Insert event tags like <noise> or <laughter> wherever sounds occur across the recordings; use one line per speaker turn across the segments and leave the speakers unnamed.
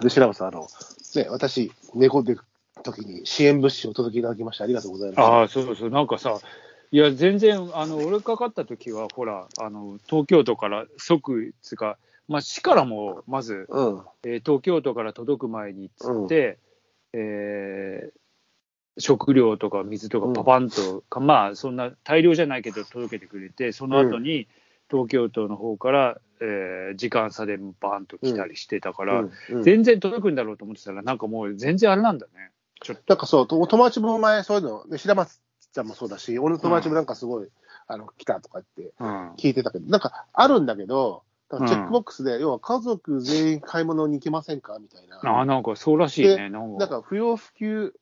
で、シラブさん、あの、ね、私、猫で時に支援物資をお届けいただきまして、ありがとうございます。
ああ、そうそう、なんかさ、いや、全然、あの、俺かかった時は、ほら、あの、東京都から即、つうか、まあ、市からも、まず、
うん。
えー東京都から届く前に、つって、えー食料とか水とかパパンとか、まあ、そんな大量じゃないけど届けてくれて、その後に、東京都の方から、えー時間差でバーンと来たりしてたから、
うんうん
全然届くんだろうと思ってたら、なんかもう全然あれなんだね。ちょっと
なんかそう、とお友達も前、そういうの、ね、白松ちゃんもそうだし、俺の友達もなんかすごい、あの、来たとか言って
うん
聞いてたけど、なんかあるんだけど、なんかチェッ
う
ク
ん
ボックスで、要は家族全員買い物に行けませんかみたいな。
あなんかそうらしいね、
で
なん
な
か。
んか不要不急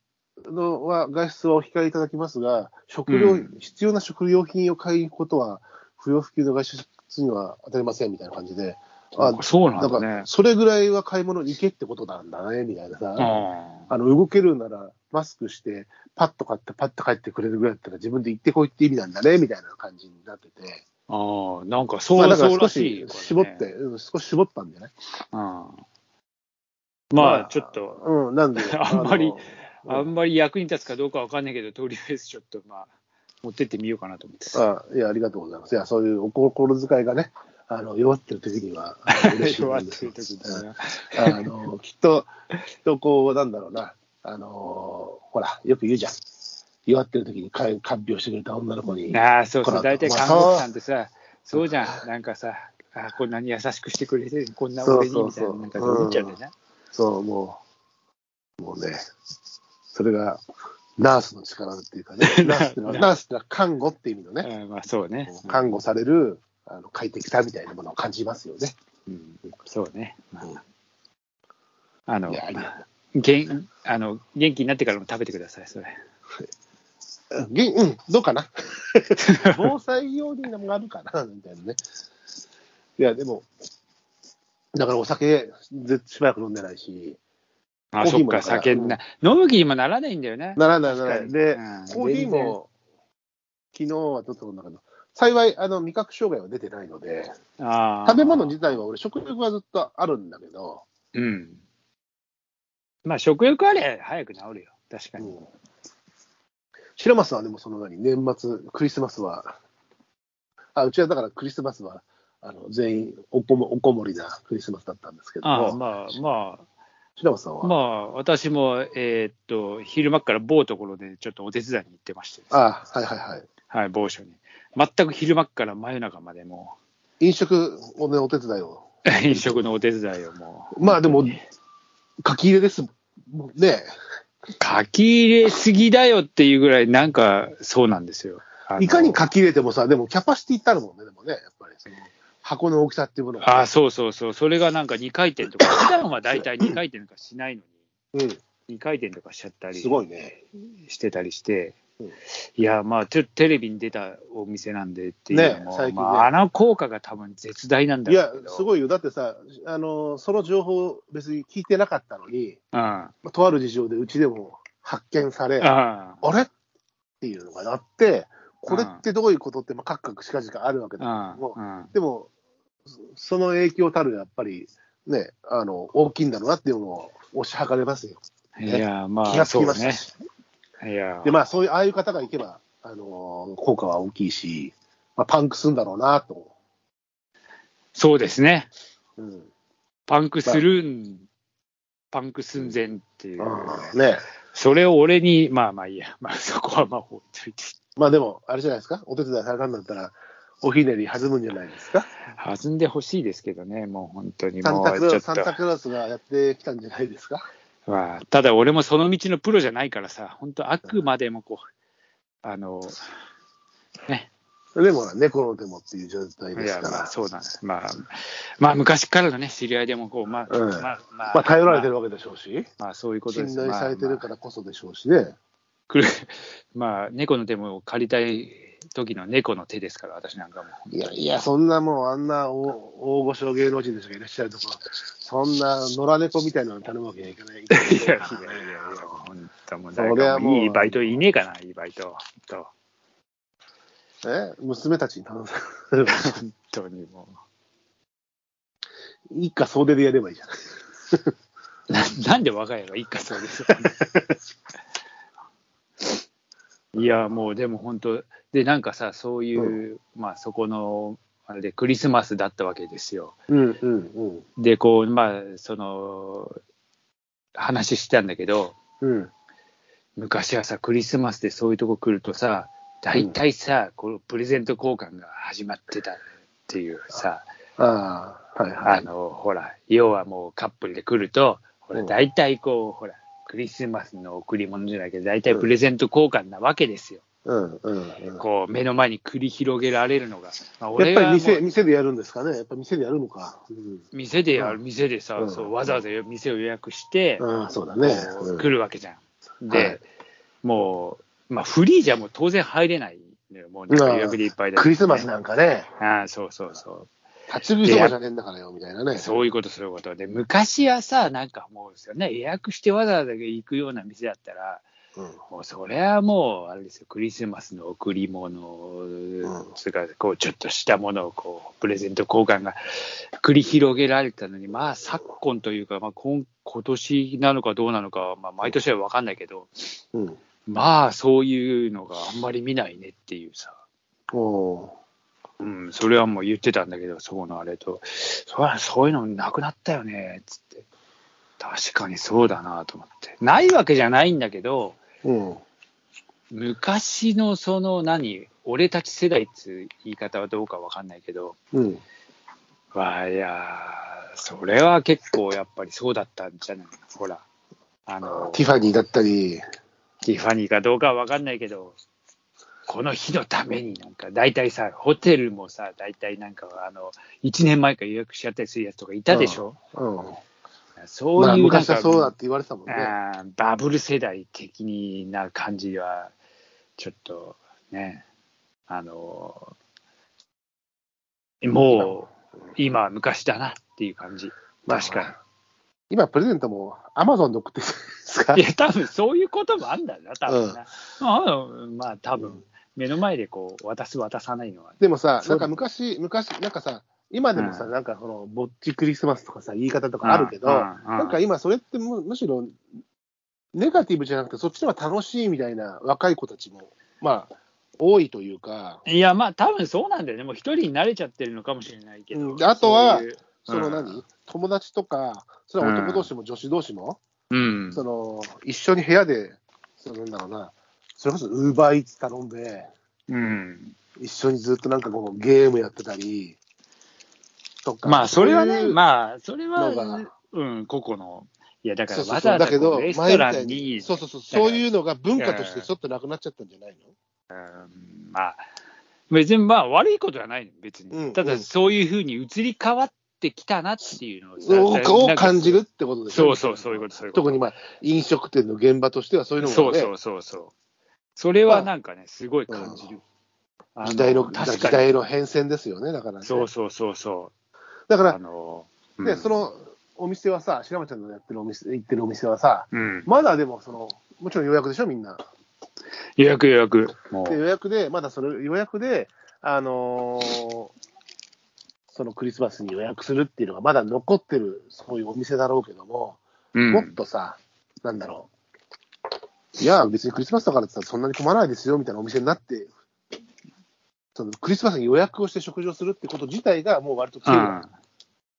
のは外出はお控えいただきますが、食料、
うん
必要な食料品を買いに行くことは、不要不急の外出には当たりませんみたいな感じで、あ
そうな
なん
んだ
か
ね。
それぐらいは買い物に行けってことなんだねみたいなさ。
あ
あの動けるならマスクして、パッと買って、パッと帰ってくれるぐらいだったら、自分で行ってこいって意味なんだねみたいな感じになってて、
あー、なんか
ま
そ
あ、
う
だから
そ
少
うらしい
し
よ。
絞
これ
って、
ね
うん少し絞ったんじゃない
うんまあ、ちょっと、
うん、なんで、
<laughs> あんまり
あの、
あ
うん
んまり役に立つかどうかわかんないけど、とりあえずちょっと、まあ、持ってってみようかなと思ってさ。
あいや、ありがとうございます。いや、そういうお心遣いがね、あの弱ってる時には、あ
<laughs>
の嬉しいも
弱っ
んです
てる時だな
うんあのきっと、きっとこう、なんだろうな、あのほら、よく言うじゃん。弱ってる時に看看病してくれた女の子に。
ああ、そう
こ
そ
の
う、大体
まあ
看護師さんってさ、そうじゃん、なんかさ、あーこんなに優しくしてくれて、こんな俺に
そう
みたい
そうそう
な、なんかそう思っちゃうんだよな。
そう、もう、もうね、それが、ナースの力っていうか
<laughs>
ね、ナースってのは、ナースってのは看護って意味のね、
うんまあ、そうね。
看護される、あの、快適さみたいなものを感じますよね。
うん、そうね。まあ、あの
いや、ありがと
げんあの元気になってからも食べてください、それ。
ううん、げんうん、どうかな防災用にもあるかなみたいなね。いや、でも、だからお酒、ずしばらく飲んでないし、
あ、
コー
そ
ヒー
っ
も
か、
だから
酒な、飲む気にもならないんだよね。
ならないならな
確
い。
かに
で、
うん
コーヒーも、昨日はちょっと飲んだけど、幸い、あの、味覚障害は出てないので、
あー
食べ物自体は俺、食欲はずっとあるんだけど、
うん。まあ、食欲あれば早く治るよ。確か
う
に。
ん、白松はでもその何、年末、クリスマスは、あうちはだからクリスマスはあの全員おこもおこもりなクリスマスだったんですけど
ああ
も、
まあま
白松さんは、
あ、まあ、私も、えーっと、昼間っから某ところでちょっとお手伝いに行ってまして、
あはいはいはい、
はい、某所に。全く昼間っから真夜中までも
飲食を、ね、お手伝いを、
う、 <laughs> 飲食のお手伝いをもう。
まあでも、書き入れですもんね、
書き入れすぎだよっていうぐらい、なんかそうなんですよ。あの
いかに書き入れてもさ、でもキャパシティってあるもんね、でもね、やっぱりその箱の大きさっていうものが
あそうそうそう、それがなんか2回転と
<laughs>
か、普段は大体2回転とかしないの
うん、
に、2回転とかしちゃったり
すごいね。
してたりして
うん、
いや、まあ、ちょっとテレビに出たお店なんでっていうの
ね
も、
最近ね
まあ、あの効果が多分絶大なんだ
い
ろ
や
うけ、ど、
すごいよ。だってさ、あの、その情報別に聞いてなかったのに、
うん、あ
まあとある事情でうちでも発見され、あ
あ
れっていうのがなって、これってどういうことって、まあ、カクカクしかじかあるわけだけども、
うん
でも、そその影響たるやっぱり、ね、あの、大きいんだろうなっていうのを推し量れますよ。
いや、ま
気
あ、
がつ
そ
き
う
まし
ね
た。し。
いや
で、、まあ、そういう、ああいう方がいけば、あの効果は大きいし、まあ、パンクするんだろうなと。
そうですね。
うん。
パンクするん、パンク寸前っていう。
うん、ね。
それを俺に、まあまあいいや、まあそこはまあ置いといて。
まあでも、あれじゃないですか、お手伝いされたんだったら、おひねり弾むんじゃないですか。
弾んでほしいですけどね、もう本当に
サン
も
タ
う
クロ
ちょ
ー
っ
ス、サンタ
と。
クロースがやってきたんじゃないですか。
まあ、ただ俺もその道のプロじゃないからさ、本当あくまでもこう、あの、ね、
でも、猫の手もっていう状態
い
です
や
から、
まあそうなんです。まあ、まあ昔からのね、知り合いでもこう、まあ、
うん
まあ、まあ
まあ、頼られてるわけでしょうし、
まあ、まあそういうことです
信頼されてるか
まあまあ
らこそでしょうしね。
くる <laughs> まあ、猫の手も借りたい時の猫の手ですから、私なんかも。
いやいや、そんなもう、あんな大大御所芸能人ですがいらっしゃるところ、そんな野良猫みたいなの頼むわけにはいかない。い
いやいやいやいや、本当もう誰
それ
か
は
も
もう
いいバイトいねえかな、いいバイト。本
え娘たちに頼む。
当本当にも
いいか、総出でやればいいじゃん。
ななんで我が家が一家そうですよ、いやもうでも本当でなんかさそういう、まあそこのあれでクリスマスだったわけですよ
うんうん
でこうまあその話してたんだけど
うん。うん。
昔はさクリスマスでそういうとこ来るとさ大体さ、このプレゼント交換が始まってたっていうさ
ああ、はいは
あ
い。
のほら要はもうカップルで来るとほら
うん
大体こう、ほらクリスマスの贈り物じゃないけど大体プレゼント交換なわけですよ、
うんうんうん。
こう目の前に繰り広げられるのが、まあ、
やっぱり
もう
店店でやるんですかね、やっぱり店でやるのか。うん、
店でやる
う
店でさ、
うん
そうわざわざ店を予約して、
ああそうだね。
こう
うん
来るわけじゃん。で、
はい
もう、まあ、フリーじゃもう当然入れないのよ、もう予約でいっぱいだ、
クリスマスなんかね、
ああそうそうそ
立ち食いそばじゃねえんだからよみたいな
う、
ね。
そういうこと、そういうことで、昔はさ、なんかもうですよね、予約してわざわざ行くような店だったら、
うん。
もうそれはもう、あれですよ、クリスマスの贈り物、それからこうちょっとしたものをこうプレゼント交換が繰り広げられたのに、まあ昨今というか、まあ、今今年なのかどうなのか、まあ、毎年は分かんないけど、
うん。
まあそういうのがあんまり見ないねっていうさ、
おお
うん、それはもう言ってたんだけど、そこのあれと、そりゃそういうのなくなったよねっつって、確かにそうだなと思って。ないわけじゃないんだけど、
ー。うん。
昔のその何俺たち世代っつう言い方はどうかわかんないけど
うん。
わあいやーそれは結構やっぱりそうだったんじゃないほらあの
ティファニーだったり、
ティファニーかどうかはわかんないけどこの日のためになんか大体さホテルもさ大体なんかあの1年前から予約しちゃったりするやつとかいたでしょ、
う
そ
ん。ま
う
あ
いうなん
昔
か
はそうだって言われてたもんね。
あーバブル世代的な感じはちょっとねあのもう今は昔だなっていう感じ
まあ
確か
今プレゼントもアマゾンで送ってるんですか
にいや多分そういうこともあんだな多分な、まあ、まあ多
うん
分目の前でこう渡す渡さないのは
でもさ、
そ
な
うんだ
か昔、昔、なんかさ、今でもさ、
うん
なんかその、ぼっちクリスマスとかさ、言い方とかあるけど、
うんうん
なんか今、それってむむしろ、ネガティブじゃなくて、そっちの方が楽しいみたいな若い子たちも、まあ、多いというか、
いやまあ多分そうなんだよねもう一人に慣れちゃってるのかもしれないけど、
うんであとは
そういう
その何、友達とか、それは男同士も女子同士も、
うん
その、一緒に部屋で、そのなんだろうな、それこそウーバーイーツ頼んで、
うん
一緒にずっとなんかこう、ゲームやってたり、とか。
まあそれはね
そういう
まあそれは
のが
うん個々のいやだから
そうそう
わ
そ
ざ
う
わ
だけ
ざこ
ど
うレス
前み
トラ
たい
ン
に
に
そうそうそう、
だから
そういうのが文化としてちょっとなくなっちゃったんじゃないの
うんまあ別にまあ悪いことはないの別に、
うん
た
うん
だそういうふうに移り変わってきたなっていうのをさ
そう
なん
を
か
感じるってことでし
そ
ょ
うそうそういうことそういうこと
特にまあ飲食店の現場としてはそういうの
そ
も
う
ね
そうそうそうそれはなんかねすごい感じる、あ
時代の
確
時
かに
代の変遷ですよねだからね
そうそうそうそ
だか
う
ら
あ
ね、
の
そのお店はさ白山ちゃんのやってるお店行ってるお店はさ
うん、
まだでもそのもちろん予約でしょみんな
予約予約も
で
う
予約でまだそれ予約であのーそのクリスマスに予約するっていうのがまだ残ってるそういうお店だろうけども、
うん
もっとさ、なんだろう。いや、別にクリスマスだからってさそんなに困らないですよみたいなお店になって、そのクリスマスに予約をして食事をするってこと自体が、もう割と
う
軽
ん
な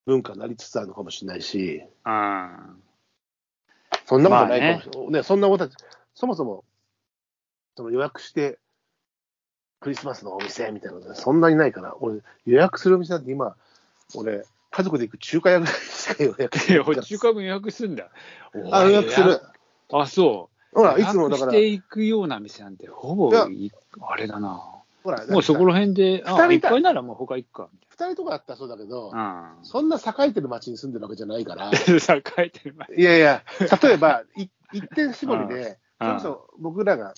文化になりつつあるのかもしれないし、
うん
そんなことないかもしれない。ねそんなことはそもそも、その予約して、クリスマスのお店みたいなのがそんなにないから、俺、予約するお店なんて今、俺、家族で行く中華屋ぐらいしか予約して
え
ないから
中華も予約すんだ。
あ、予約する。
あ、そう。
ほら、いつもだから
予約し、ていくような店なんて、ほぼ
いや
いあれだな。
ほら、
もうそこら辺で、
二人
あ、
だ
いっぱいならもう他行くか、み
二人とかだったらそうだけど、
たいな。
そんな栄えてる町に住んでるわけじゃないから、
うん。 <laughs> さ、書いてる前。
いやい
<laughs>
や、例えば、い一点絞りで、そ
うん
れこそ僕らが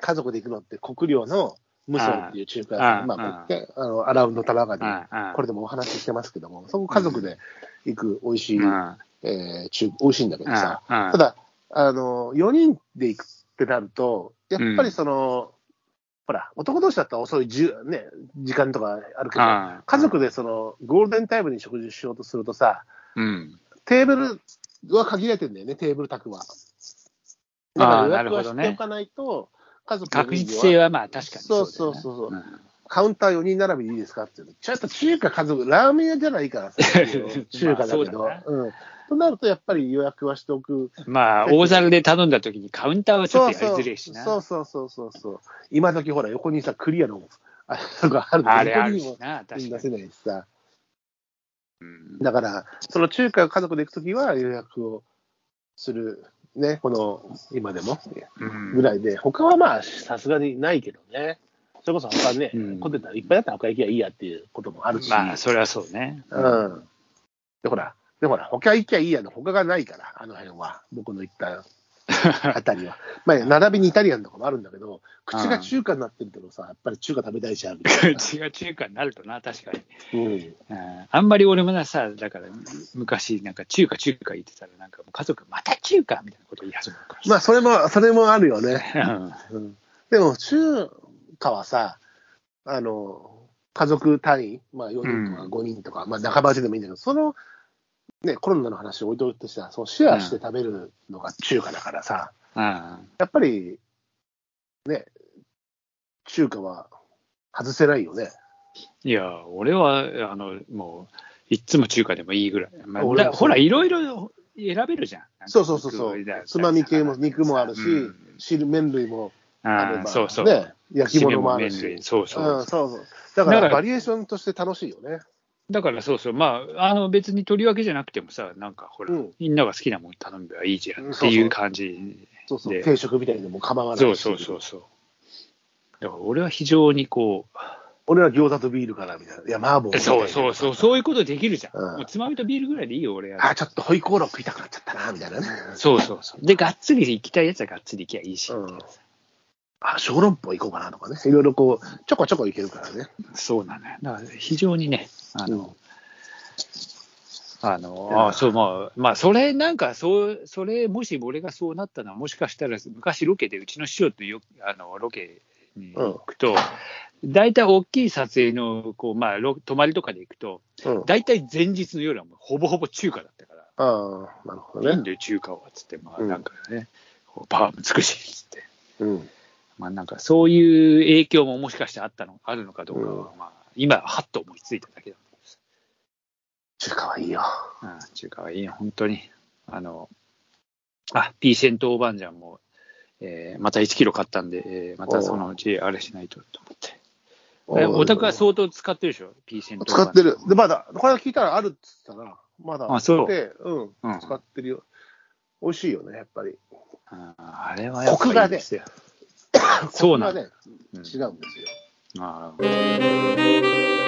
家族で行くのって、国領の無双っていう中華屋さ、
うんん
ま
うん
あ、僕ってあのアラウンド玉川
う
で、
んうん
これでもお話ししてますけども、そこ家族で行く美味しい、
うん
えー中美味しいんだけどさ、
うんうん
ただあの、4人で行くってなると、やっぱりその、ほら、男同士だったら遅いじゅ、ね、時間とかあるけど、
うん
家族でそのゴールデンタイムに食事しようとするとさ、
うん。
テーブルは限られてんだよね、テーブル宅は。だ
あ
か
あ
ら予約
なるほ
は
ど
してお
ね。
かないと、家族の
確実性
は。
はまあ確かに、
そうそうそうそう。カウンター4人並びでいいですかって言うのちょっと中華家族、ラーメン屋じゃないからさ
<laughs>
中華だけど。
まあ
うん。となると、やっぱり予約はしておく。
だよねまあ大皿で頼んだ時にカウンターはちょっとやりづれえしな。
そうそうそうそうそうそう。今時ほら、横にさ、クリアの、あなんかあるの
あれある
横
し
にも
な、確か
出
に。
せないしさ。
うん
だから、その中華家族で行くときは予約をする。ね、この、今でも、
うん
ぐらいで、他はまあ、さすがにないけどね。それこそ他ね、
うん
混んでたらいっぱいだったら赤行きゃいいやっていうこともあるし。
まあそれはそうね。
うん。で、ほら、で、ほら、他行きゃいいやの、他がないから、あの辺は、僕の行ったあたりは。まあ、並びにイタリアンとかもあるんだけど、口が中華になってるけどさ、やっぱり中華食べたいし、ある
口が中華になるとな、確かに。
うん。
うんあんまり俺もなさ、だから昔、なんか中華、中華言ってたら、なんかもう家族、また中華みたいなこと言い始めるから
まあ、それも、それもあるよね。
さ。
うん。でも、中華はさ、あの、家族単位、まあ、4人とか
うん
5人とか、まあ、仲間内でもいいんだけど、その、ね、コロナの話を置いといてさ、そのシェアして食べるのが中華だからさ、
うんうん
やっぱり、ね、中華は外せないよね。
いや、俺は、あの、もう、いっつも中華でもいいぐらい。まあ、
俺も
だほら、いろいろ選べるじゃん。
そうそうそうそう。つまみ系も肉もあるし、
うん
汁麺類もあれ
あ
ば、
あ、そうそう。
ね、焼き物もある
締め麺
し
類。そうそう。
うん、そうそう。だか、
だからら
バリエーションとして楽しいよね。
だからそうそう、まあ、あの別に取り分けじゃなくてもさ、なんかほら、
うん
みんなが好きなもの頼めばいいじゃ
うんん
っていう感じ、
そうそう。
で
定食みたいにも構わないし。
そうそうそうそう。だから俺は非常にこ
俺は餃子とビールからみたいな。いや、麻婆み
う、
たいな
そうそうそう、そういうことできるじゃん。
うん
もうつまみとビールぐらいでいいよ、俺は。
あ、ちょっとホイコーロー食いたくなっちゃったな、みたいなね。
そうそうそう。で、がっつり行きたいやつはがっつり行きゃいいし、
うん
みたいなさ
あ、小籠包行こうかなとかね。いろいろこう、ちょこちょこいけるからね。
そうなのよ。だから非常にね、あの、
うん
あのあそうまあ、まあ、それなんかそう、それ、もし俺がそうなったのは、もしかしたら昔ロケで、うちの師匠とよあのロケに行くと、大体大きい撮影のこう、まあ、ロ泊まりとかで行くと、
うん。
大体前日の夜はもうほぼほぼ中華だったから、
ああ、なるほ
いい
ど
ん
ね。
だよ、中華はっつって、まあ、
うん
なんかね、こうパワーもつくしっつって、
うん。
まあ、なんかそういう影響ももしかしてあったのあるのかどうかは、まあ、今、はっと思いついただけだ
中華はいいよ。
ああ中華はいいよ、本当に。あの、あ、ピーセント豆板醤も、えーまた1キロ買ったんで、えーまたそのうちあれしないとと思って。えお宅は相当使ってるでしょ、ピーセント
使
豆板
って
醤。
る。で、まだ、これ聞いたらあるっつったら、まだ。
あそう
で、うん、
うん
使ってるよ。美味しいよね、やっぱり。
あああれはやっぱ
コクが
いい
ね
ですよ。そうなの
ここがね、違うんですよ。
ああ